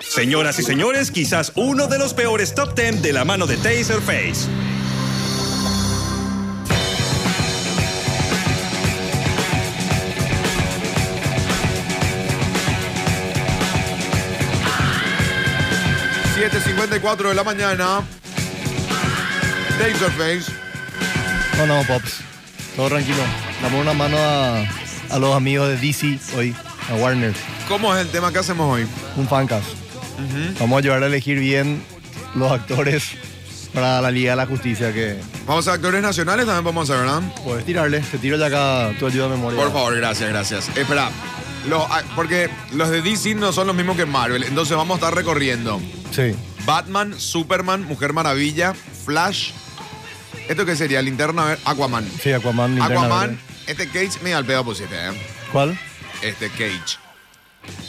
Señoras y señores, quizás uno de los peores top 10 de la mano de Taserface. ...7.54 de la mañana... ...Taserface... No, no, Pops. Todo tranquilo. Damos una mano a, a los amigos de DC hoy, a Warner, ¿Cómo es el tema que hacemos hoy? un fancast. Vamos a ayudar a elegir bien los actores para la Liga de la Justicia que Vamos a actores nacionales también vamos a hacer, ¿verdad? puedes tirarle. Te tiro ya acá tu ayuda de memoria. Por favor, gracias, gracias. Espera, los- ah, porque los de DC no son los mismos que Marvel, entonces vamos a estar recorriendo. Sí. Batman, Superman, Mujer Maravilla, Flash. ¿Esto qué sería? Linterna, ver- Aquaman. Sí, Aquaman. Linterna Aquaman, Verde. este Cage, mira al pedo pusiste, ¿eh? ¿Cuál? Este Cage.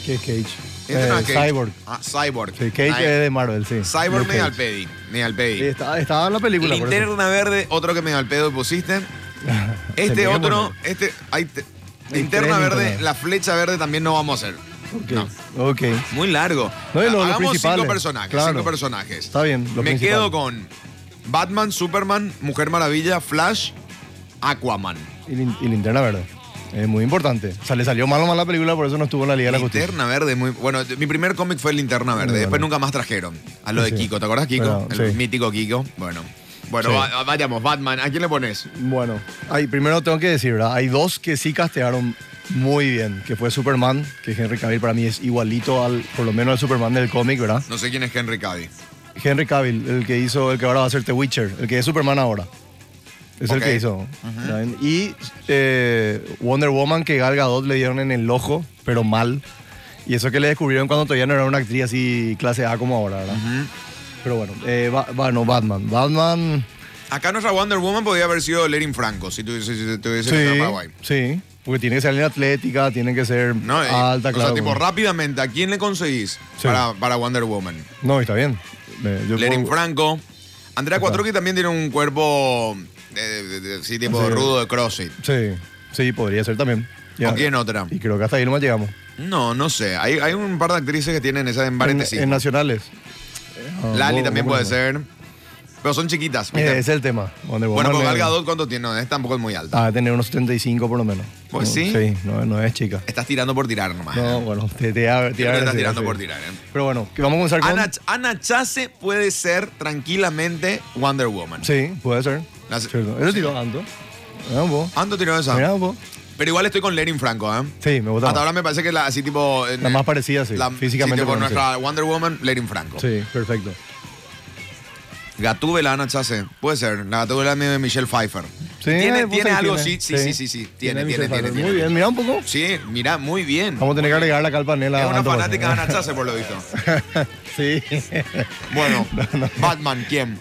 ¿Qué es Cage? Este Eh, no es Cage. Cyborg. Ah, Cyborg. Sí, Cage Ahí. es de Marvel, sí. Cyborg De medio al Cage. pedi, medio al Sí, pedi. está- estaba en la película. por eso. Linterna verde, otro que medio al pedo pusiste. Este Teníamos, otro, ¿no? este, hay te- Hay linterna tres verde, linternas. la flecha verde también no vamos a hacer. Ok. No. Ok. Muy largo. No, y lo- los Hagamos cinco principales, personajes. claro. Cinco personajes. Está bien, los Me principales. quedo con Batman, Superman, Mujer Maravilla, Flash, Aquaman. Y, lin- y linterna verde. Es muy importante. O sea, le salió malo mal la película, por eso no estuvo en la Liga de la Justicia. Linterna Verde, muy bueno. Mi primer cómic fue Linterna Verde. Muy Después bueno. nunca más trajeron a lo de Sí. Kiko. ¿Te acuerdas Kiko? Pero, El sí. mítico Kiko. Bueno, bueno, Sí. va- vayamos. Batman. ¿A quién le pones? Bueno, hay, primero tengo que decir, ¿verdad? Hay dos que sí castearon muy bien, que fue Superman, que Henry Cavill para mí es igualito al, por lo menos al Superman del cómic, ¿verdad? No sé quién es Henry Cavill. Henry Cavill, el que hizo, el que ahora va a ser The Witcher, el que es Superman ahora. Es el Ok. que hizo. ¿saben? Y eh, Wonder Woman, que Gal Gadot le dieron en el ojo, pero mal. Y eso que le descubrieron cuando todavía no era una actriz así clase A como ahora, ¿verdad? Pero bueno, eh, Ba- bueno, Batman. Batman... Acá nuestra Wonder Woman podía haber sido Lerin Franco, si tuviese, si tuviese Sí, nacido en Paraguay. sí. Porque tiene que ser en atlética, tiene que ser No, eh, alta, o claro. sea, tipo, bueno. rápidamente, ¿a quién le conseguís Sí. para, para Wonder Woman? No, está bien. Eh, yo Lerin puedo- Franco. Andrea Ajá. Cuatrucci también tiene un cuerpo, eh, de- de- sí, tipo Sí. rudo de CrossFit. Sí, sí, podría ser también. ¿Con quién otra? Y creo que hasta ahí nomás llegamos. No, no sé. Hay, hay un par de actrices que tienen esa en En, paréntesis. Eh, en nacionales. Lali Ah, también vos- puede vos- ser. Pero son chiquitas. Eh, ¿viste? ese es el tema. bueno, Wonder pues Woman con me- Gal Gadot, ¿cuánto tiene? No, es tampoco es muy alta. Ah, tener unos 75 por lo menos. Pues No, sí. Sí, no, no es chica. Estás tirando por tirar nomás. No, bueno, te, te, te, Siempre estás tirando por tirar. ¿eh? Pero bueno, que vamos a comenzar con... Ana, Ana Chase puede ser tranquilamente Wonder Woman. Sí, puede ser. La- Cierto. Eso tiró Ando. Mirá vos. Ando tiró esa. Mirá vos. Pero igual estoy con Lerin Franco, ¿eh? Sí, me gusta. Hasta más. ahora me parece que la así tipo. en- La más parecida, sí. la- físicamente. sí, tipo, por lo menos, nuestra Wonder Woman, Lerin Franco. Sí, perfecto. Gatúbela, Ana Chase. Puede ser. La Gatúbela de Michelle Pfeiffer. Sí, tiene vos tiene sabés algo, sí, quién es. sí, sí, sí, sí. Tiene, tiene, Michelle tiene. Pfeiffer. tiene. Muy bien, mira un poco. Sí, mira, muy bien. Vamos a tener que agregar la calpanela. Es una fanática de Ana Chase, por lo visto. sí. Bueno, Batman, ¿quién?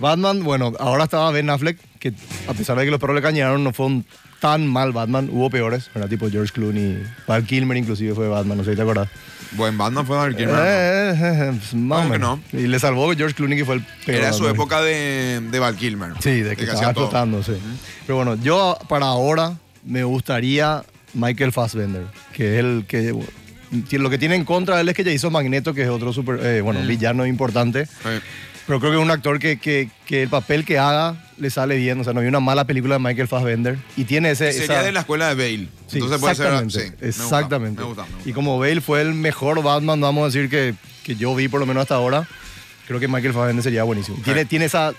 Batman, bueno, ahora estaba Ben Affleck, que a pesar de que los perros le cañaron, no fue un tan mal Batman. Hubo peores, ¿verdad? Tipo George Clooney, Val Kilmer inclusive fue Batman, no sé si te acordás. Buen Batman fue Val Kilmer. ¿no? Eh, eh, eh, pues, más o Creo que menos. Y le salvó George Clooney, que fue el peor. Era su Batman. época de, de Val Kilmer. Sí, de que hacía estaba todo. explotando, sí. Pero bueno, yo para ahora me gustaría Michael Fassbender, que es el que... Lo que tiene en contra de él es que ya hizo Magneto, que es otro super, eh, bueno, villano importante. Sí. Pero creo que es un actor que, que- que el papel que haga le sale bien. O sea, no hay una mala película de Michael Fassbender. Y tiene ese... Sería esa- de la escuela de Bale. Sí, Entonces puede ser. ah, exactamente, Sí, me gusta, exactamente. Me gusta, me gusta. Y como Bale fue el mejor Batman, vamos a decir, que, que yo vi por lo menos hasta ahora, creo que Michael Fassbender sería buenísimo. Tiene, tiene esa,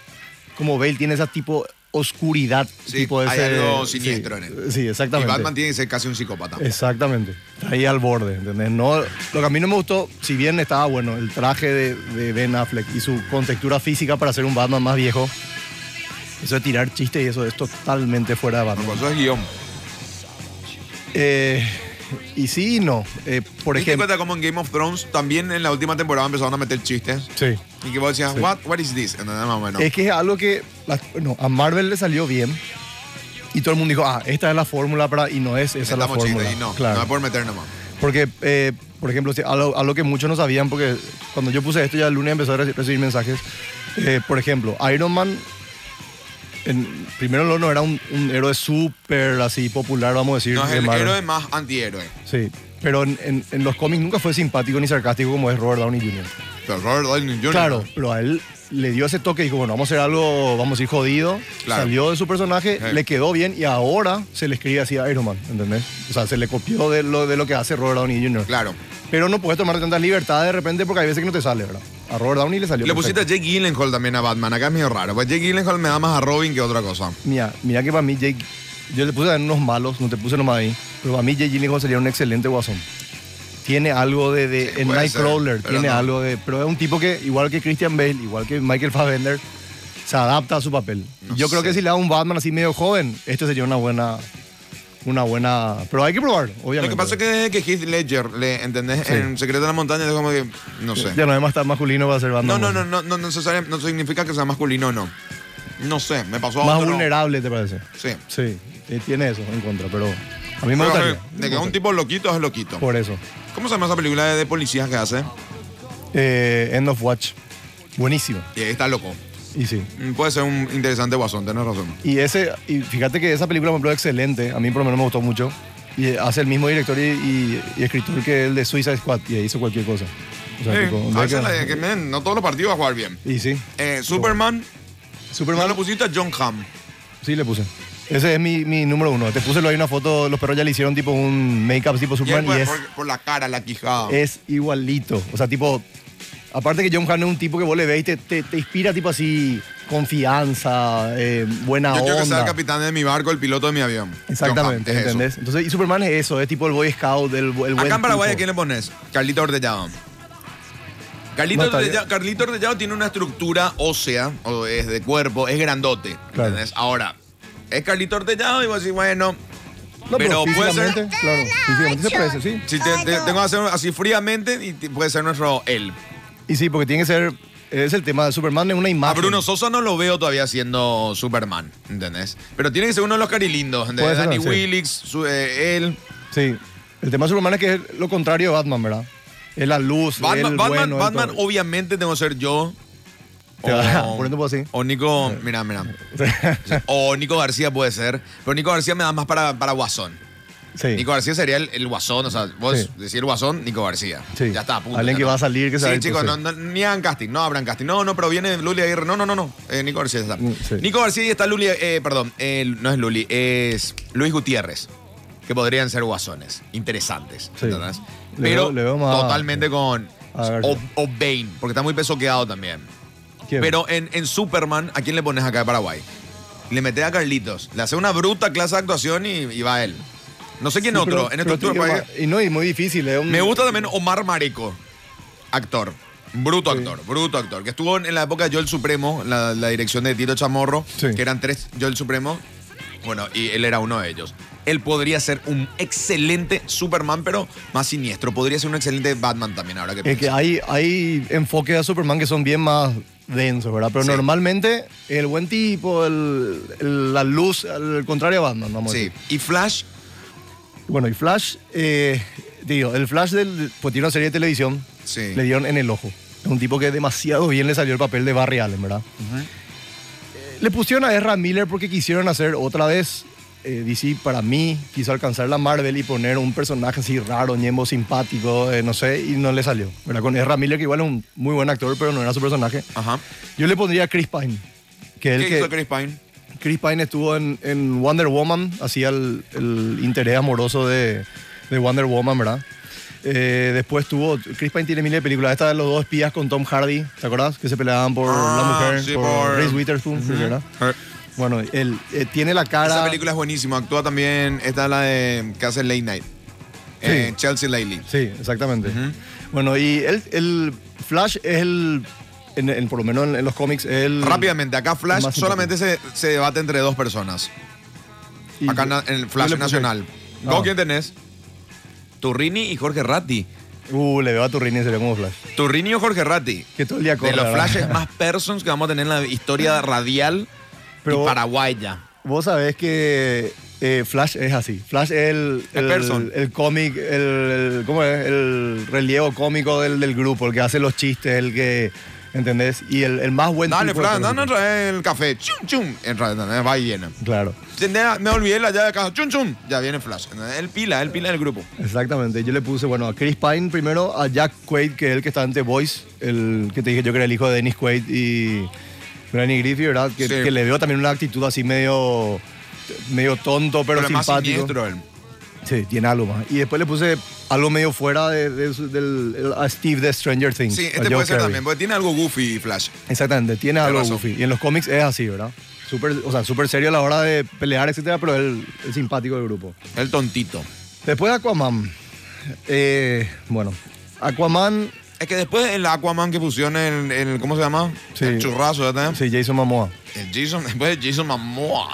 como Bale, tiene esa tipo oscuridad. Sí, tipo hay ese- algo sí, siniestro en él. Sí, Y exactamente. Eh, Batman tiene que ser casi un psicópata. Exactamente. Está Ahí al borde, ¿entendés? No, lo que a mí no me gustó, si bien estaba bueno el traje de, de Ben Affleck y su contextura física para ser un Batman más viejo, eso de tirar chistes y eso es totalmente fuera de Batman. Bueno, pues, eso es guión. Eh, y sí y no. Eh, por ¿Te diste ejemplo. cuenta cómo en Game of Thrones también en la última temporada empezaron a meter chistes? Sí. Y que vos decías, Sí. what, what is this? ¿Entendés? Más o menos. Es que es algo que la- no, a Marvel le salió bien. Y todo el mundo dijo, ah, esta es la fórmula para. Y no es esa la Metamos chistes fórmula. y no, claro. no es por meter nomás. Porque, eh, por ejemplo, si- algo, algo que muchos no sabían, porque cuando yo puse esto ya el lunes empecé a reci- recibir mensajes. Eh, por ejemplo, Iron Man, en- primero no, no era un, un héroe súper así popular, vamos a decir. No es de el Marvel. héroe más antihéroe. Sí. Pero en, en- en los cómics nunca fue simpático ni sarcástico como es Robert Downey Jr. Pero Robert Downey Jr. Claro, pero a él le dio ese toque y dijo, bueno, vamos a hacer algo, vamos a ir jodido. Claro. Salió de su personaje, Sí. le quedó bien y ahora se le escribe así a Iron Man, ¿entendés? O sea, se le copió de lo, de lo que hace Robert Downey Jr. Claro. Pero no puedes tomar tantas libertades de repente porque hay veces que no te sale, ¿verdad? A Robert Downey le salió Le perfecto. pusiste a Jake Gyllenhaal también a Batman. Acá es medio raro. Pues Jake Gyllenhaal me da más a Robin que otra cosa. Mira, mira que para mí Jake... Yo te puse también unos malos, no te puse nomás ahí. Pero para mí Jake Gyllenhaal sería un excelente guasón. Tiene algo de... de en puede ser, Nightcrawler pero tiene no. algo de... Pero es un tipo que, igual que Christian Bale, igual que Michael Fassbender, se adapta a su papel. No Yo creo sé. que si le da un Batman así medio joven, esto sería una buena... Una buena... Pero hay que probarlo, Lo obviamente. que pasa es que desde que Heath Ledger, le entendés, en Secreto de la Montaña es como que. No sé. Ya no es más tan masculino para ser No, Batman. no, no, no, no, necesariamente- no significa que sea masculino o no. No sé, me pasó a Más otro. vulnerable, ¿te parece? Sí. Sí, eh, tiene eso en contra, pero... A mí me Pero, gustaría. eh, de que un Me gustaría. tipo loquito es loquito. Por eso. ¿Cómo se llama esa película de, de policías que hace? Eh, End of Watch. Buenísimo. Y ahí está loco. Y sí. Mm, Puede ser un interesante guasón, tenés razón. Y ese, y fíjate que esa película me ejemplo, es excelente. A mí por lo menos me gustó mucho. Y eh, hace el mismo director y, y- y escritor que el de Suicide Squad. Y ahí hizo cualquier cosa. O sea, Sí, tipo, a ve veces que- la- que, men, no todos los partidos va a jugar bien. Y sí. Eh, Superman, Superman. Superman lo pusiste a John Hamm. Sí, le puse. Ese es mi, mi número uno. Te puse lo hay una foto, los perros ya le hicieron tipo un make-up tipo Y él, Superman y, pues, es, por, por la cara, la quijada. es igualito. O sea, tipo. Aparte que John Hamm es un tipo que vos le veis, te, te, te inspira tipo así confianza, eh, buena Yo onda. quiero que sea el capitán de mi barco, el piloto de mi avión. John Hamm, Exactamente, es eso. ¿entendés? Entonces, y Superman es eso, es tipo el Boy Scout, el, el buen Acá en Paraguay, ¿a tipo. quién le pones? Carlito Ortellado. Carlito, No, está Ortellado, Carlito Ortellado tiene una estructura ósea, o es de cuerpo, es grandote. Claro. ¿entendés? Ahora, es Carlito Ortellado y vos decís, bueno, No, Pero pero, puede ser- físicamente, claro, físicamente se parece, sí. si te- te- tengo que hacer así fríamente, y te- puede ser nuestro él. Y sí, porque tiene que ser, es el tema de Superman, es una A imagen. Bruno Sosa no lo veo todavía siendo Superman, ¿entendés? Pero tiene que ser uno de los carilindos, ¿entendés? Puede ser, Danny sí. Willix, su- eh, él. Sí, el tema de Superman es que es lo contrario de Batman, ¿verdad? Es la luz, Batman, el Batman, bueno, el Batman, oh, todo. obviamente tengo que ser yo. Te va poniendo por así. O Nico, mira, mira. O Nico García puede ser. Pero Nico García me da más para, para Guasón. sí. Nico García sería el, el Guasón. O sea, vos Sí. decir Guasón, Nico García. Sí. Ya está, punto. Alguien ya que está. va a salir, que Sí, sabe, chicos, pues, no, no, ni hagan casting. No habrán casting. No, no, pero viene Luli Aguirre. No, no, no, no. Eh, Nico García ya está. Mm, sí. Nico García y está Luli. eh, perdón, eh, no es Luli, es Luis Gutiérrez. Que podrían ser guasones. Interesantes. Sí. ¿entendés? Le Pero veo- le veo más- totalmente con. A ver. O, o Bane, porque está muy pesoqueado también. ¿Quién? Pero en, en Superman, ¿a quién le pones acá de Paraguay? Le metes a Carlitos. Le hace una bruta clase de actuación y, y va él. No sé quién Sí, otro. pero- en pero estos otros tiene países. más- Y no, y muy difícil. es un- Me gusta también Omar Mareco, actor. Bruto actor, bruto actor. Que estuvo en la época de Yo el Supremo, la, la dirección de Tito Chamorro, Sí. que eran tres Yo el Supremo. Bueno, y él era uno de ellos. Él podría ser un excelente Superman, pero más siniestro. Podría ser un excelente Batman también, ahora que Es que pienso. hay, hay enfoques a Superman que son bien más densos, ¿verdad? Pero Sí. normalmente el buen tipo, el- el- la luz, al contrario a Batman, vamos a Sí. decir. Y Flash, Bueno, y Flash, eh, digo, el Flash del, pues tiene una serie de televisión, Sí. le dieron en el ojo. Es un tipo que demasiado bien le salió el papel de Barry Allen, ¿verdad? Eh, Le pusieron a Ezra Miller porque quisieron hacer otra vez, eh, DC para mí, quiso alcanzar la Marvel y poner un personaje así raro, ñembo, simpático, eh, no sé, y no le salió. ¿verdad? Con Ezra Miller, que igual es un muy buen actor, pero no era su personaje. Ajá. Yo le pondría a Chris Pine. Que ¿qué el que, hizo Chris Pine? Chris Pine estuvo en, en Wonder Woman, hacía el, el interés amoroso de, de Wonder Woman, ¿verdad? Eh, después tuvo, Chris Pine tiene miles de películas, esta de los dos espías con Tom Hardy, ¿te acordás? Que se peleaban por Ah, la mujer, sí, por, por- Reese Witherspoon, Ujú. ¿verdad? Eh, Bueno, él eh, tiene la cara... Esa película es buenísima. Actúa también, esta es la de que hace Late Night. Eh, Sí. Chelsea Lately. Sí, exactamente. Ujú. Bueno, y él, el Flash es el, en- en- por lo menos en, en los cómics, es el... Rápidamente, acá Flash Más solamente se, se debate entre dos personas. y- acá na- en el Flash yo le puse- Nacional. Ah. ¿Con quién tenés? Turrini y Jorge Ratti. Uh, le veo a Turrini y se ve como Flash. Turrini o Jorge Ratti. Que todo el día corre, de los ¿verdad? flashes más persons que vamos a tener en la historia radial Pero- y paraguaya. Vos sabés que eh, Flash es así. Flash es el, Es person. el, el cómic, el, el- ¿cómo es? El relevo cómico del, del grupo, el que hace los chistes, el que ¿Entendés? Y el, el más buen Dale, tipo de Fran, personaje. dale otra vez el café. Chum, chum. Entra, ¿entendés? va y llena. Claro. Entendés, Me olvidé la llave de casa. Chum, chum. Ya viene Flash. ¿entendés? El pila, el pila del grupo. Exactamente, yo le puse, bueno, a Chris Pine primero, a Jack Quaid, que es el que está en The Voice, el que te dije yo que era el hijo de Dennis Quaid y Granny Griffith, ¿verdad? Que, Sí. que le veo también una actitud así medio, medio tonto, pero, es más simpático. siniestro él. sí, tiene algo más. Y después le puse algo medio fuera de, de su- del, el- a Steve de Stranger Things. Sí, a este Joe puede ser Carey. también, porque tiene algo goofy Flash. Exactamente, tiene algo razón. goofy. Y en los cómics es así, ¿verdad? Súper, o sea, súper serio a la hora de pelear, etcétera, pero él es simpático del grupo. El tontito. Después de Aquaman. Eh, bueno, Aquaman, Es que después el Aquaman que pusieron en el, ¿cómo se llama? Sí. El churrazo, ¿verdad? sí, Jason Momoa. El Jason, después el Jason Mamoa.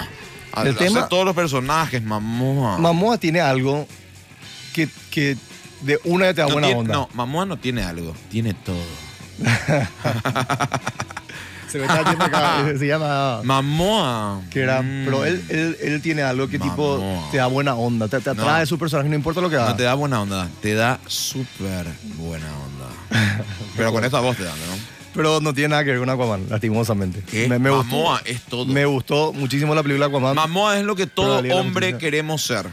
El tema- todos los personajes, Mamoa. Momoa tiene algo que, que de una te da no buena tiene- onda. No, Mamoa no tiene algo, tiene todo. Se me está yendo acá, se llama... Mamoa. Que era, Mm. Pero él, él, él tiene algo que tipo Mamoa. te da buena onda, te, te No. atrae su personaje, no importa lo que haga. No te da buena onda, te da súper buena onda. Pero con esta voz te dan, ¿no? Pero no tiene nada que ver con Aquaman, lastimosamente. ¿Qué? Mamoa es todo. Me gustó muchísimo la película Aquaman. Mamoa es lo que Pero todo valía la hombre pena. queremos ser.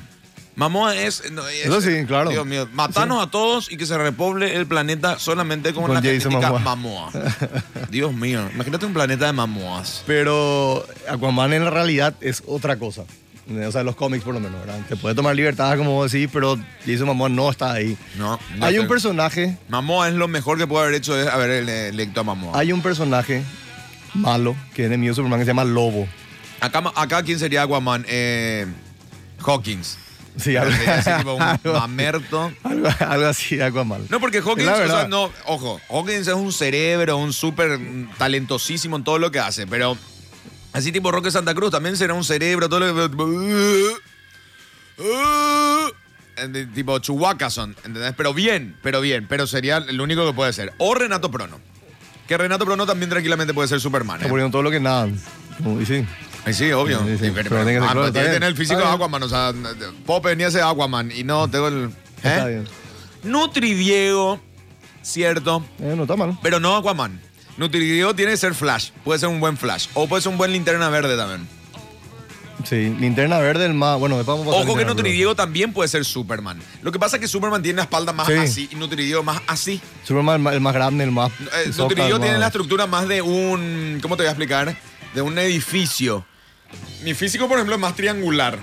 Mamoa es, no, es- Eso sí, claro. Dios mío, matanos a todos y que se repoble el planeta solamente con, Con la Jason genética Momoa. Mamoa. Dios mío, imagínate un planeta de Mamoas. Pero Aquaman en la realidad es otra cosa. O sea, los cómics por lo menos, ¿verdad? Te puede tomar libertades como vos decís, pero Jason Momoa no está ahí. No, no Hay un sé. personaje, Mamoa es lo mejor que puede haber hecho es haber ele- electo a Mamoa. hay un personaje malo que es enemigo de Superman que se llama Lobo. Acá, ma- acá, ¿quién sería Aquaman? Eh, Hawkins. Sí, algo, Sería así, tipo un algo- mamerto. algo- algo así, Aquaman. No, porque Hawkins, La o sea, verdad. no, ojo, Hawkins es un cerebro, un súper mm, talentosísimo en todo lo que hace, pero así tipo Roque Santa Cruz también será un cerebro, todo lo que... Eh, de- Tipo Chewbacca son, ¿entendés? Pero bien, pero bien, pero sería el único que puede ser. O Renato Prono. Que Renato Prono también tranquilamente puede ser Superman. Está ¿eh? poniendo todo lo que nada. Como- y sí. Ay, sí, obvio. Sí, sí, Sí, pero pero, tiene que ser ah, claro, pues, tiene está que bien. tener el físico Está de bien. Aquaman. O sea, Pope venía a ser Aquaman y no tengo el. Está ¿eh? bien. Nutri Diego, cierto, Eh, no está mal. pero no Aquaman. Nutri Diego tiene que ser Flash. Puede ser un buen Flash. O puede ser un buen linterna verde también. Sí, linterna verde, el más. Bueno, después vamos a pasar Ojo que a linterna, Nutri pero- Diego también puede ser Superman. Lo que pasa es que Superman tiene la espalda más Sí. así y Nutri Diego más así. Superman, el más- el más grande, el más. Eh, soca, Nutri Diego el tiene la más- estructura más de un. ¿Cómo te voy a explicar? De un edificio. Mi físico, por ejemplo, es más triangular.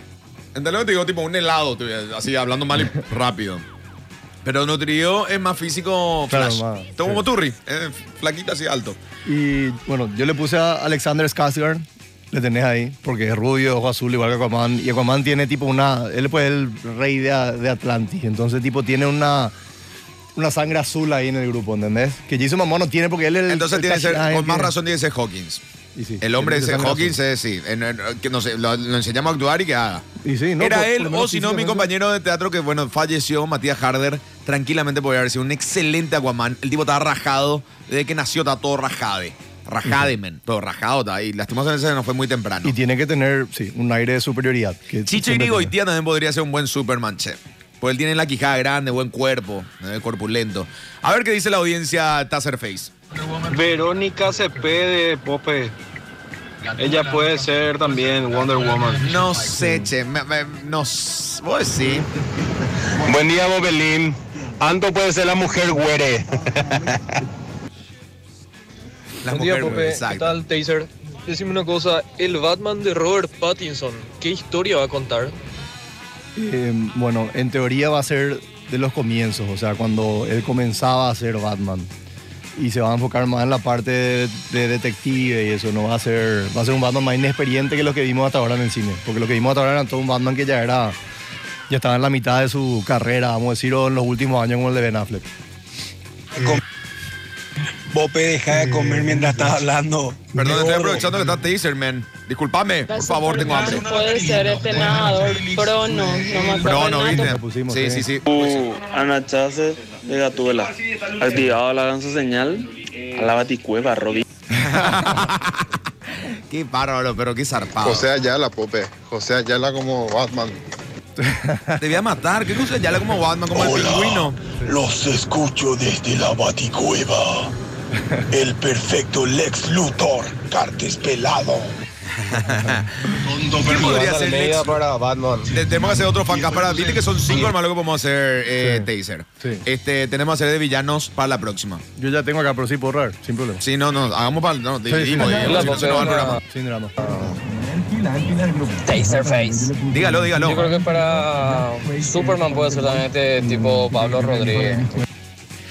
¿Entendés lo que te digo? Tipo un helado, te voy a- así hablando mal y rápido. Pero Nutri Diego es más físico Claro, flash. más, Todo sí. como Turri, eh, flaquito así alto. Y bueno, yo le puse a Alexander Skarsgård, le tenés ahí, porque es rubio, ojo azul, igual que Aquaman. Y Aquaman tiene tipo una. Él pues es el rey de, de Atlantis, entonces tipo tiene una. Una sangre azul ahí en el grupo, ¿entendés? Que Jason Momoa no tiene porque él es el. Entonces el tiene que ser, personaje con más que- razón tiene que ser Hawkins. Y sí, El hombre tiene ese sangre Hawkins azul. es sí, en- en- que no sé, lo, lo enseñamos a actuar y que haga. Y sí, no, Era por- por él lo menos o si no mi físicamente. compañero de teatro que bueno falleció, Matías Harder, tranquilamente podría haber sido un excelente Aquaman. El tipo estaba rajado desde que nació, está todo rajade. Rajade, men. Todo rajado está. Y lastimosamente se nos fue muy temprano. Y tiene que tener, sí, un aire de superioridad. que Chicho siempre tiene. Irigoitia también podría ser un buen Superman, che. Porque él tiene la quijada grande, buen cuerpo, eh, corpulento. A ver qué dice la audiencia Taserface. Verónica Cepede, Pope. Ella puede ser también Wonder Woman. No sé, che. me- me- no sé. Vos sí. Buen día, Bobelín. Anto puede ser la mujer güere. Las Buen día, mujeres, Pope. ¿Qué exacto. tal, Taser? Decime una cosa, el Batman de Robert Pattinson, ¿qué historia va a contar? Eh, bueno, en teoría va a ser de los comienzos, o sea, cuando él comenzaba a ser Batman. Y se va a enfocar más en la parte de, de detective y eso, no va a ser. Va a ser un Batman más inexperiente que los que vimos hasta ahora en el cine. Porque lo que vimos hasta ahora era todo un Batman que ya era. Ya estaba en la mitad de su carrera, vamos a decir, o en los últimos años como el de Ben Affleck. Bope, deja de comer mientras estás hablando. Perdón, estoy Gordo. aprovechando que está Taser, man. Disculpame, por favor, tengo hambre. Puede ser este nadador, prono, no me acuerdo Pero el no, nombre. ¿viste? Lo pusimos, eh. Sí, sí, sí. sí. Uh, Ana Chávez de Gatuela. Activado la danza señal a la baticueva, Robin. Qué bárbaro, pero qué zarpado. José Ayala, Pope. José Ayala como Batman. te voy a matar. ¿Qué cosa? Ya la como Batman, como el Hola. pingüino. Los escucho desde la baticueva. El perfecto Lex Luthor, Cartes pelado. ¿Qué podría Banda ser media Lex? para Batman. Te- Tenemos que hacer otro fancast para. Viste que son cinco hermanos que podemos hacer eh, Sí. Taser. Sí. Este, tenemos que hacer de villanos para la próxima. Yo ya tengo acá, pero sí puedo ahorrar, sin problema. Sí, no, no, hagamos para. No, dividimos, sí. dividimos, si no se nos va el programa. Sin drama. Taserface. Dígalo, Yo creo dígalo. que para Superman puede ser también este tipo Pablo Rodríguez. Eh, vos sabés que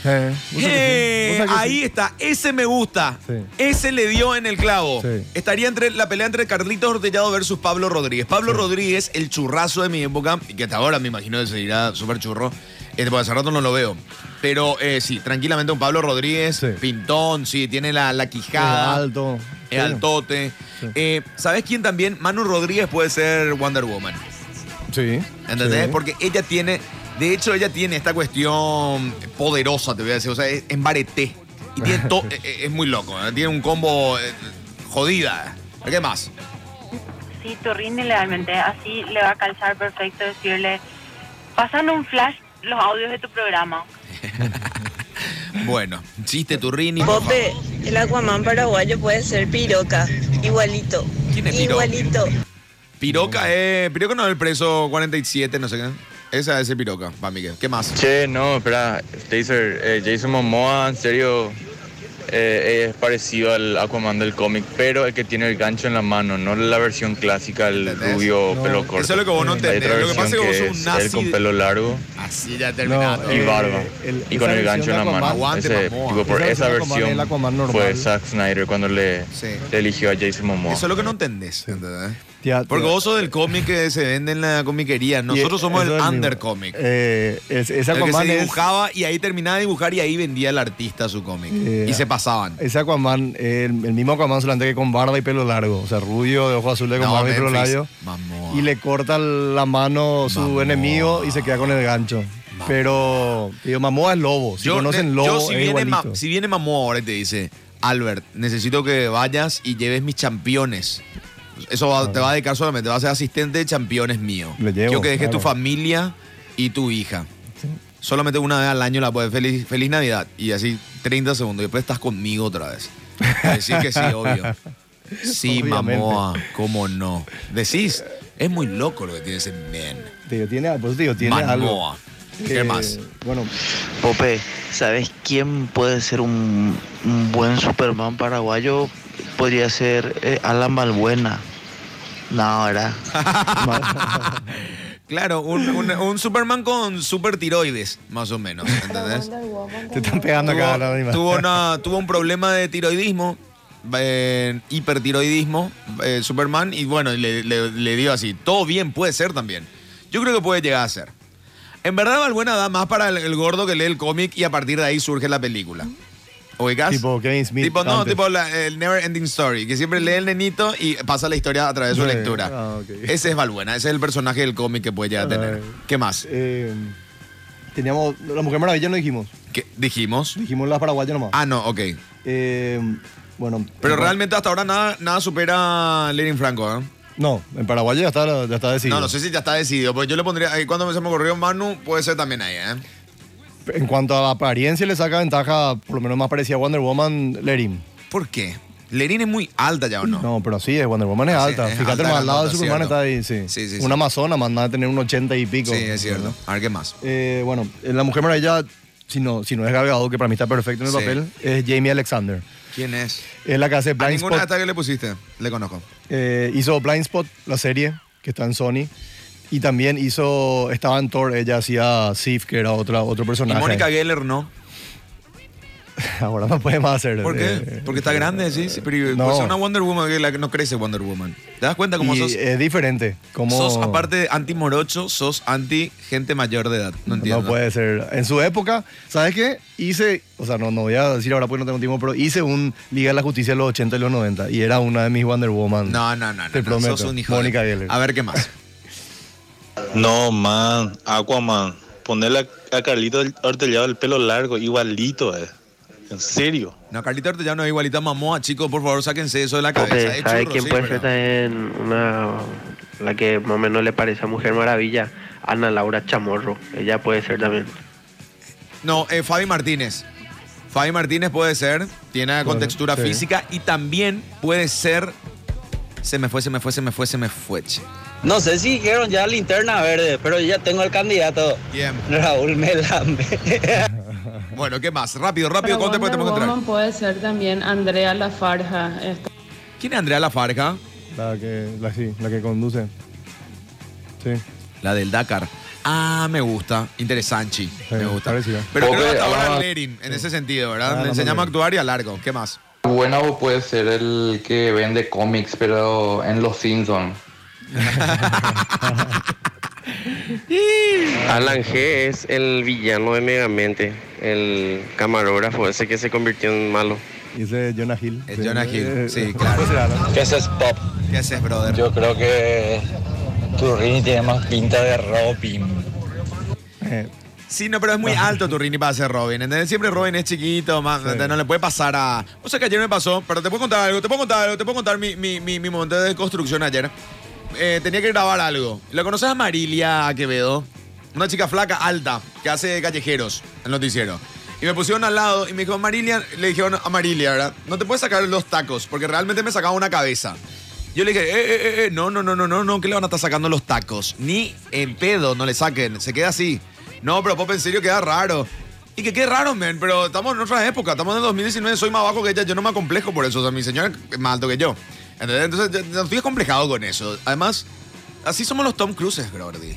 Eh, sí, vos sabés que ahí sí. está, ese me gusta. Sí. Ese le dio en el clavo. Sí. Estaría entre la pelea entre Carlitos Ortellado versus Pablo Rodríguez. Pablo Rodríguez, el churrazo de mi época, y que hasta ahora me imagino que seguirá súper churro. Este, porque hace rato no lo veo. Pero eh, sí, tranquilamente un Pablo Rodríguez, Sí. pintón, sí, tiene la, la quijada, Es alto. es altote. Eh, ¿Sabes quién también? Manu Rodríguez puede ser Wonder Woman. Sí. ¿Entendés? Sí. Porque ella tiene, de hecho, ella tiene esta cuestión poderosa, te voy a decir, o sea, es en bareté. Y tiene to- eh, eh, es muy loco, ¿eh? tiene un combo eh, jodida. ¿Qué más? Sí, Torrini realmente, así le va a calzar perfecto decirle, pasan un flash los audios de tu programa. Bueno, chiste Turrini. por favor. Pope, el Aquaman paraguayo puede ser piroca, igualito. ¿Quién es Piroca? igualito. Piroca, eh, Piroca no es el preso 47, no sé qué. Esa es el Piroca, va Miguel. ¿Qué más? Che, no, espera, Taser, eh, Jason Momoa, en serio, eh, es parecido al Aquaman del cómic, pero el que tiene el gancho en la mano, no la versión clásica, el ¿Entendés? rubio No. pelo corto. Eso es lo que vos no Hay entendés. otra Lo que versión pasa es que vos sos un es él nazi. con de- Ah, pelo largo Así ya No, terminaste. y Eh, barba, el- y con esa el gancho en la versión de mano. Aquaman- Aguante, Ese, Momoa. tipo, por Esa esa versión de Aquaman, versión el Aquaman normal. fue Zack Snyder cuando le, Sí. Oh. le eligió a Jason Momoa. Eso es lo que no entendés. ¿entendés? Tía- Porque tía- vos sos del cómic que se vende en la comiquería. Ah, Y Nosotros somos el eso es mismo. undercomic. Eh, es- ese El que Aquaman se es- dibujaba y ahí terminaba de dibujar y ahí vendía el artista su cómic. Eh, y se pasaban. Ese Aquaman, eh, el, el mismo Aquaman solamente que con barba y pelo largo. O sea, rubio, de ojos azules, con No, barba y pelo Memphis. largo. Vamos. Y le corta la mano su Mamoa. enemigo y se queda con el gancho. Pero, digo, Mamoa es lobo. Si conocen ne- lobo, yo si, es viene ma- igualito. si viene Mamó ahora y te dice, Albert, necesito que vayas y lleves mis championes. Eso va- te va a dedicar solamente, va a ser asistente de championes mío. Le llevo, Quiero que dejes tu claro. familia y tu hija. Solamente una vez al año la puedes. Feliz, feliz Navidad. Y así 30 segundos. Y después estás conmigo otra vez. Decís que sí, obvio. Sí, Obviamente. mamoa, cómo no. Decís, es muy loco lo que tiene ese men. Te digo, tiene, por eso te digo, tiene algo. Mamoa. ¿Qué Eh, más? Bueno, Pope, ¿sabes quién puede ser un, un buen Superman paraguayo? Podría ser eh, Alan Balbuena. No, ¿verdad? Claro, un, un- un Superman con super tiroides, más o menos, ¿entendés? te están pegando acá. la tuvo, misma. tuvo una- tuvo un problema de tiroidismo, eh, hipertiroidismo, eh, Superman, y bueno, le, le- le dio así. Todo bien, puede ser también. Yo creo que puede llegar a ser. En verdad, Valbuena da más para el, el gordo que lee el cómic y a partir de ahí surge la película. ¿Oigas? Tipo Kevin Smith Tipo, no, antes. tipo la- el Never Ending Story, que siempre lee el nenito y pasa la historia a través de su Sí, lectura. ah, ok. Ese es Valbuena, ese es el personaje del cómic que puede llegar a tener. Ah. ¿Qué más? Eh, teníamos. La Mujer Maravilla no dijimos. ¿Qué dijimos? Dijimos las paraguayas nomás. Ah, no, ok. Eh, bueno. Pero en- realmente hasta ahora nada, nada supera a Lenin Franco, ¿eh? No, en Paraguay ya está, ya está decidido. No, no sé si ya está decidido. Pues yo le pondría. ahí cuando se me ocurrió Manu, puede ser también ahí, ¿eh? En cuanto a la apariencia, le saca ventaja, por lo menos más parecía a Wonder Woman, Lerim. ¿Por qué? ¿Lenin es muy alta ya o no? No, pero sí, es Wonder Woman es Ah, Sí, alta. es Fíjate, alta, más al lado de grandota, Superman cierto. está ahí, sí. Sí, sí, sí. Una amazona, más nada, de tener un 80 y pico. sí, es cierto. A ver, ¿qué más? Eh, bueno, en La Mujer Maravilla, si no, si no es Galgado, que para mí está perfecto en el Sí. papel, es Jamie Alexander. ¿Quién es? Es la que hace A Blind ninguna Spot. hasta que le pusiste. Le conozco. Eh, hizo Blind Spot, la serie, que está en Sony. Y también hizo, estaba en Thor, ella hacía Sif, que era otra, otro Y personaje. Mónica Geller no. Ahora no puede más hacer. ¿Por qué? eh, Porque está grande, sí. sí, Pero no. pues es una Wonder Woman que la que no crece Wonder Woman. ¿Te das cuenta cómo y sos? es diferente. Como Sos, aparte de anti-morocho, sos anti-gente mayor de edad. No entiendo. No puede ser. En su época, ¿sabes qué? Hice, o sea, no, no voy a decir ahora porque no tengo tiempo, pero hice un Liga de la Justicia de los 80 y los 90 y era una de mis Wonder Woman. No, no, no. no, Te no, prometo. Sos un hijo. de- Mónica Geller. A ver, ¿qué más? No, man, Aquaman. Ponerle a, a Carlito Ortellado el pelo largo, igualito, eh. En serio. No, Carlito Ortega no es igualita a Mamoa, chicos. Por favor, sáquense eso de la cabeza. Pope, Es ¿sabes churro, quién sí, puede pero- ser también una. la que más o menos le parece a Mujer Maravilla? Ana Laura Chamorro. Ella puede ser también. No, eh, Fabi Martínez. Fabi Martínez puede ser, tiene una contextura sí. física y también puede ser. Se me fue, se me fue, se me fue, se me fue. che. No sé si dijeron ya linterna verde, pero yo ya tengo el candidato. Raúl Melambe. Bueno, ¿qué más? Rápido, rápido, Para conte, pues, porque Wonder tenemos que entrar. Woman puede ser también Andrea Lafarja. Esta- ¿Quién es Andrea Lafarca? La que, la, sí, la que conduce. Sí. La del Dakar. Ah, me gusta. Interesante. me gusta. parecida. Pero creo que hasta Pobre, ahora ah. Lerin, en ese sentido, Ah, ¿verdad? la Me enseñamos a madre. actuar y a largo. ¿Qué más? Buena o puede ser el que vende cómics, pero en Los Simpsons. Alan G es el villano de Megamente, el camarógrafo ese que se convirtió en malo. Y ese es Jonah Hill. Es Jonah Hill, sí, claro. ¿Qué haces, Pop? ¿Qué haces, brother? Yo creo que Turrini tiene más pinta de Robin. Sí, no, pero es muy alto Turrini para ser Robin. ¿entendés? Siempre Robin es chiquito, más, ¿entendés? no le puede pasar a. O sea que ayer me pasó, pero te puedo contar algo, te puedo contar algo, te puedo contar mi, mi, mi, mi momento de construcción ayer. Eh, tenía que grabar algo. ¿La conoces a Marilia Quevedo? Una chica flaca, alta, que hace callejeros, el noticiero. Y me pusieron al lado y me dijo, Marilia, le dijeron a Marilia, ¿verdad? No te puedes sacar los tacos, porque realmente me sacaba una cabeza. Yo le dije, eh, eh, eh, eh, no, no, no, no, no, no, que le van a estar sacando los tacos. Ni en pedo, no le saquen, se queda así. No, pero Pop, en serio queda raro. Y que qué raro, men, pero estamos en otra época, estamos en el 2019, soy más bajo que ella, yo no me acomplejo por eso, o sea, mi señora es más alto que yo. ¿Entendés? Entonces, yo- yo estoy acomplejado con eso. Además, así somos los Tom Cruises, Brody.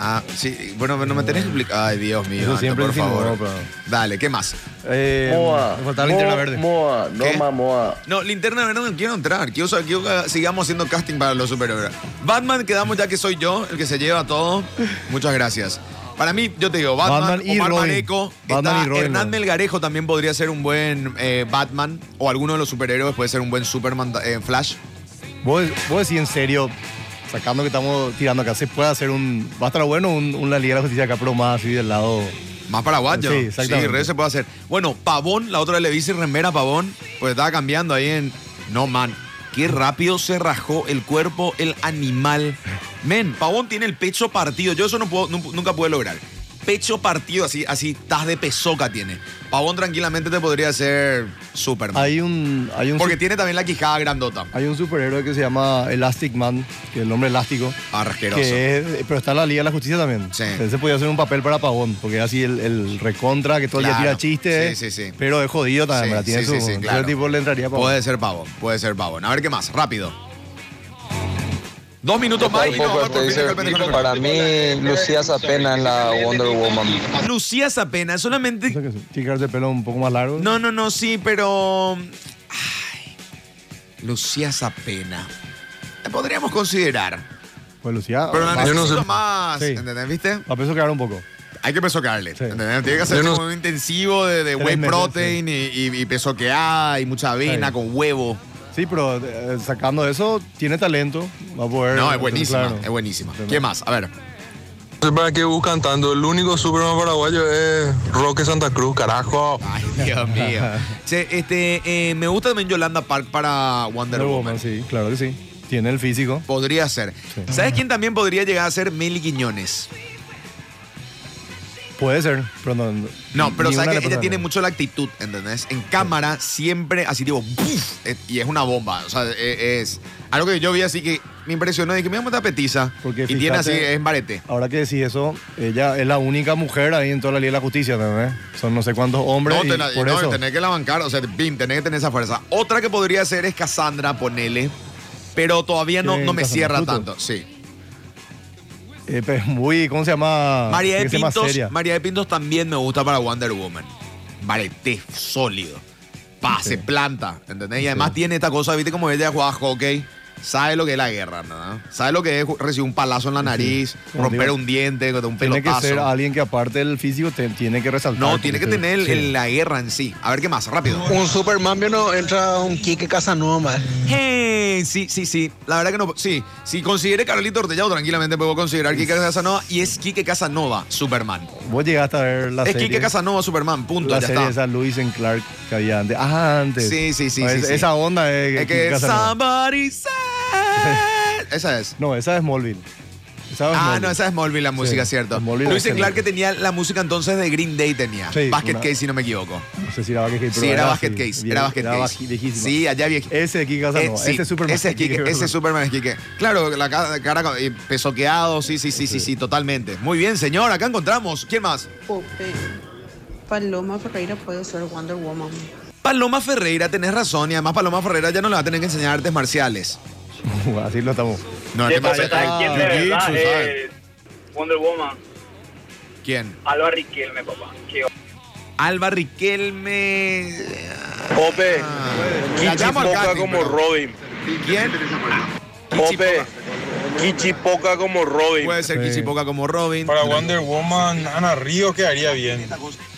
Ah, sí, bueno, no me tenés que explicar. Ay, Dios mío, Eso Anto, siempre por insinuó, favor. pero- Dale, ¿qué más? Eh, Moa, me faltaba linterna Moa, verde. Moa, ¿Qué? no más No, linterna verde no quiero entrar. Quiero, sa- quiero que sigamos haciendo casting para los superhéroes. Batman, quedamos ya que soy yo, el que se lleva todo. Muchas gracias. Para mí, yo te digo, Batman, Batman y Omar Robin. Maneco, Batman está y Robin, Hernán ¿no? Melgarejo también podría ser un buen eh, Batman o alguno de los superhéroes puede ser un buen Superman ta- eh, Flash. ¿Vos, vos decís en serio, sacando que estamos tirando acá, se puede hacer un. Va a estar bueno un, un La Liga de la Justicia acá, pero más así del lado. Más paraguayo. Sí, Sí, exactamente. re se puede hacer. Bueno, Pavón, la otra le dice remera a Pavón, pues estaba cambiando ahí en. No, man. Qué rápido se rajó el cuerpo, el animal. Men, Pavón tiene el pecho partido. Yo eso no puedo, nu- nunca pude lograr. Pecho partido, así, así, tas de pesoca tiene. Pavón tranquilamente te podría hacer Superman. Hay un. Hay un Porque tiene también la quijada grandota. Hay un superhéroe que se llama Elastic Man, que es el hombre elástico. Arrasqueroso. Que es- pero está en la Liga de la Justicia también. Entonces podía hacer un papel para Pavón, porque es así el, el recontra que todo el día Claro. tira chistes. Sí, sí, sí. Pero es jodido también, Sí, ¿verdad? Tiene sí, su. sí, sí, entonces claro. el tipo le entraría a Pavón. Puede ser Pavón, puede ser Pavón. A ver qué más, rápido. Dos minutos más y nos vamos por fin acá al pendejo. Para mí, Lucía Zapena es la Wonder Woman. Lucía Zapena, solamente. Chicas de pelo un poco más largo. No, no, no, sí, pero. ay, Lucía Zapena. La podríamos considerar. Pues Lucía. Pero la más- necesito más. Sí. ¿Entendés? ¿Viste? La peso quedar un poco. Hay que pesoquearle. ¿entendés? Tiene que ser Yo no- como un intensivo de, de Tres whey meses, protein y, y, y pesoqueada y mucha avena Sí. con huevo. Sí, pero eh, sacando eso, tiene talento. Va a poder. No, es buenísima, claro. es buenísima. ¿Qué más? A ver. No sé para qué buscan tanto. El único Superman paraguayo es Roque Santa Cruz, carajo. Ay, Dios mío. Che, este, eh, me gusta también Yolanda Park para Wonder Wonder Woman. Woman, sí, claro que sí. Tiene el físico. Podría ser. ¿Sabes quién también podría llegar a ser Meli Quiñones? Puede ser, pero no. No, pero ni una sabes le que ella pasa tiene nada. mucho la actitud, ¿entendés? En cámara siempre así tipo, ¡buf! Eh, y es una bomba. O sea, eh, es algo que yo vi así que me impresionó. Dije, mira cómo está petiza. Porque y tiene así, fíjate- es barete. Ahora que decís eso, ella es la única mujer ahí en toda la Liga de la Justicia, ¿entendés? Son no sé cuántos hombres. No, y tenés, por no, eso. tenés que la bancar, o sea, bim, tenés que tener esa fuerza. Otra que podría ser es Cassandra, ponele. Pero todavía no, Sí, no me Cassandra cierra Cluto. tanto, sí. Eh, pero es muy, ¿cómo se llama? María de Ah, Tiene que ser más Pintos, seria. María de Pintos también me gusta para Wonder Woman. Barete sólido. Pase, planta, ¿entendés? Y además tiene esta cosa, viste como ella juega hockey, sabe lo que es la guerra, ¿no? Sabe lo que es ju- recibir un palazo en la nariz, Como romper digo, un diente, un Tiene que pelotazo. ser alguien que aparte del físico te- tiene que resaltar. no, tiene que porque- tener el- sí. el- la guerra en sí. A ver qué más, rápido. Un Superman no entra un Kike Casanova. Hey, sí, sí, sí. La verdad que no. Sí, si considere Carolito Ortellado, tranquilamente puedo considerar Kike Casanova y es Kike Casanova, Superman. Vos llegaste a ver la es serie. Kike Casanova, Superman, punto. la ya serie está. esa Luis en Clark que había antes. Ah, antes. Sí, sí, sí, No, sí, es- sí. Esa onda es. Es que Casanova. somebody said- Esa es. No, esa es Smallville. Esa es Ah, Ah, Smallville. no, esa es Smallville la música, cierto. es Luis excelente. Clark que tenía la música entonces de Green Day tenía. Sí, Basket una- Case, si no me equivoco. No sé si era Basket Case. pero Sí, era así, Basket Case. vie- era Basket era Case. baji- viejísima. Sí, allá viejísimo. Ese de Kike Casanova. Eh, sí, ese es Superman. Ese es Quique, ese es Superman es Quique. Claro, la ca- cara, con- eh, pesoqueado, sí, sí, sí, sí, sí, totalmente. Muy bien, señor, acá encontramos. ¿Quién más? Pope. Paloma Ferreira puede ser Wonder Woman. Paloma Ferreira, tenés razón, y además Paloma Ferreira ya no le va a tener que enseñar artes marciales. Así lo estamos. No, Ah, Che, artes pero marciales. ¿sabes quién de Jiu-jitsu, verdad ¿sabes? es Wonder Woman? ¿Quién? Alba Riquelme, papá. Qué Alba Riquelme. Pope, La llamo al Kichipoca casting, como pero- Robin. ¿Quién? Pope, Kichipoca como Robin. Puede ser Kichipoca como Robin. Para Wonder Woman, Ana Río quedaría bien.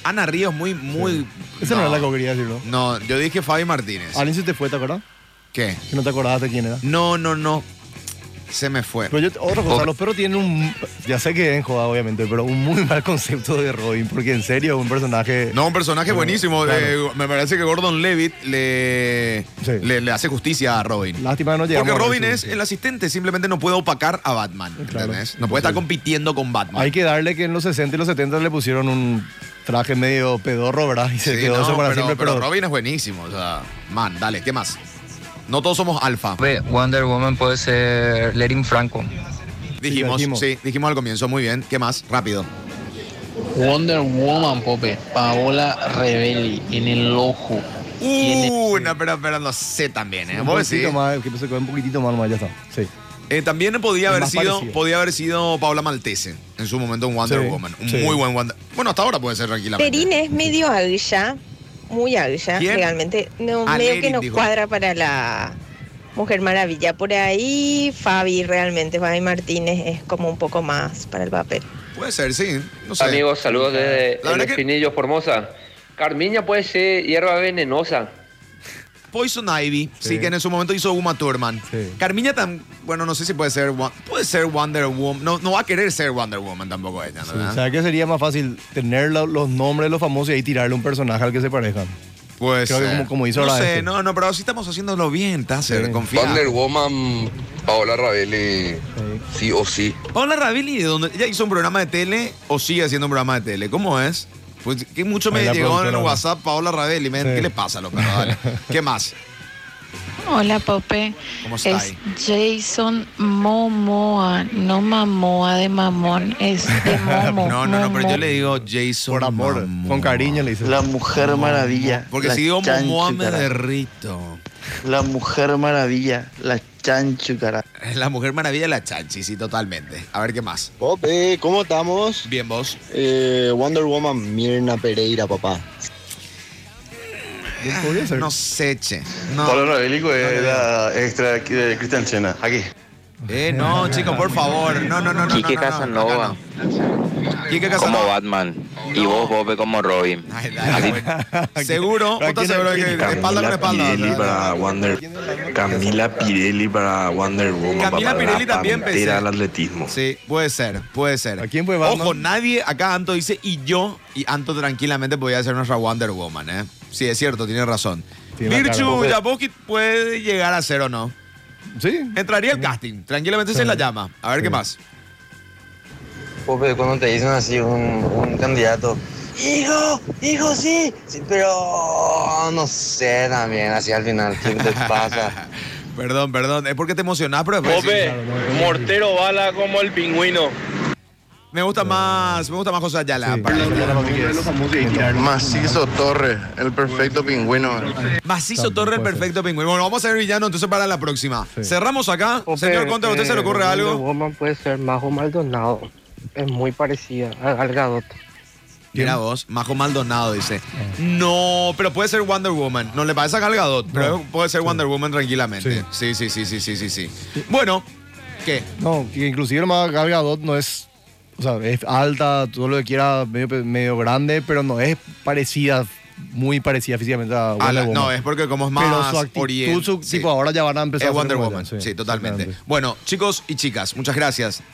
Ana Ríos muy, muy. Esa no, era la que quería decir, ¿no? No, yo dije Fabi Martínez. Alguien se te fue, ¿te acordás? ¿Qué? Que no te acordabas de quién era. No, no, no. Se me fue. Pero yo, otra cosa, los perros tienen un. Ya sé que en joda, obviamente, pero un muy mal concepto de Robin, porque en serio, un personaje. No, un personaje Pero, buenísimo. claro. eh, me parece que Gordon Levitt le, le, le hace justicia a Robin. Lástima que no llegamos Porque a ver Robin su- es el asistente, simplemente no puede opacar a Batman. ¿entendés? No puede estar compitiendo con Batman. Hay que darle que en los 60 y los 70 le pusieron un traje medio pedorro, ¿verdad? Y se Sí, quedó no, eso para pero, siempre. pero Pero, Robin es buenísimo. O sea, man, dale, ¿qué más? No todos somos alfa. Ve, Wonder Woman puede ser Lerin Franco. Dijimos, sí, dijimos. al comienzo, muy bien. ¿Qué más? Rápido. Wonder Woman, Pope. Paola Rebelli en el ojo. Uh, no, pero, pero no sé también, ¿eh? un Vos poquitito decís. más, que se quedó un poquitito más, nomás, ya está. Sí. Eh, también podía Es haber, más sido, parecido. podía haber sido Paula Maltese en su momento un Wonder Sí, Woman. Un sí. muy buen Wonder Bueno, hasta ahora puede ser tranquilamente. Perín es medio agria, muy agria, ¿Quién? realmente. No, Ah, medio que Lerin, no dijo. cuadra para la Mujer Maravilla. Por ahí, Fabi, realmente, Fabi Martínez es como un poco más para el papel. Puede ser, sí. No sé. Amigos, saludos desde La El verdad que Espinillo, Formosa. Carmiña puede ser hierba venenosa. Poison Ivy, sí. Sí. que en su momento hizo Uma Thurman. Carmiña tan, bueno, no sé si puede ser, Wa- puede ser Wonder Woman. No, no va a querer ser Wonder Woman tampoco ella, ¿no? Sí, ¿verdad? ¿Sabes qué sería más fácil? Tener lo- los nombres de los famosos y ahí tirarle un personaje al que se parezcan. Pues. Creo que eh, como, como hizo no ahora sé, este. no, no, pero sí estamos haciéndolo bien, Tasser, confía. Wonder Woman, Paola Ravelli, sí o sí. Paula Ravelli, ¿de dónde? ¿Ella hizo un programa de tele o sigue haciendo un programa de tele? ¿Cómo es? Pues que mucho me Ahí la llegó en productora. WhatsApp Paola Ravelli. men, Sí. ¿Qué le pasa a los perros? Dale. ¿Qué más? Hola, Pope. ¿Cómo está Es ahí? Jason Momoa, no Mamoa de mamón, es de Momo. No, no, no, pero yo le digo Jason. Por amor, con cariño le dices. La Mujer Maravilla. Porque la si digo Momoa me chanchucara. derrito. La Mujer Maravilla, la chanchucara. Es la mujer maravilla de la chanchi, sí, totalmente. A ver qué más. Pope, ¿cómo estamos? Bien, vos. Wonder Woman, Mirna Pereira, papá. No sé, che. No. Paola Ravelli es la extra aquí de Cristian Chena. Aquí. Eh, no, chicos, por favor. No, no, no, no. Quique no, no, Casanova. Como Batman. Oh, Y vos, Pope, como Robin. no. Seguro, vos estás seguro que de espalda con espalda. Pirelli ¿verdad? para Wonder, Camila Pirelli para Wonder Woman. Camila papá, la Pirelli también pantera pensé. al atletismo. Sí, puede ser, puede ser. ¿A quién fue Batman? Ojo, nadie, acá Anto dice, y yo, y Anto tranquilamente podía ser nuestra Wonder Woman, ¿eh? Sí, es cierto, tiene razón. Tiene la cara, Virchu Pope. Yaboki puede llegar a ser o no. Sí. Entraría al casting, tranquilamente se la llama. A ver qué más. Pope, cuando te dicen así un, un candidato, Hijo, hijo, sí. sí, pero no sé también, así al final, ¿qué te pasa? Perdón, perdón, es porque te emocionás, pero después sí. Pope, mortero bala como el pingüino. Me gusta más, me gusta más José Ayala. Macizo Torres, el perfecto pingüino. Macizo Torre, el perfecto pingüino. Bueno, vamos a ser villano entonces para la próxima. Cerramos acá. Señor Conte, ¿a usted se le eh, ocurre algo? eh, Woman puede ser Majo Maldonado. Es muy parecida a Gal Gadot. Mira vos, Majo Maldonado dice. Ah. No, pero puede ser Wonder Woman. No le parece a Gal Gadot, pero puede ser Wonder Woman tranquilamente. Sí, sí, sí, sí, sí, sí, sí. Bueno, ¿qué? No, que inclusive más Gal Gadot no es, o sea, es alta, todo lo que quiera, medio, pe- medio grande, pero no es parecida, muy parecida físicamente a Wonder Ah, la- Woman. no, es porque como es más Pero su actitud, orient- su sí. tipo, ahora ya van a Es empezar a hacer Wonder como Woman. ella, Sí, totalmente. Bueno, chicos y chicas, muchas gracias.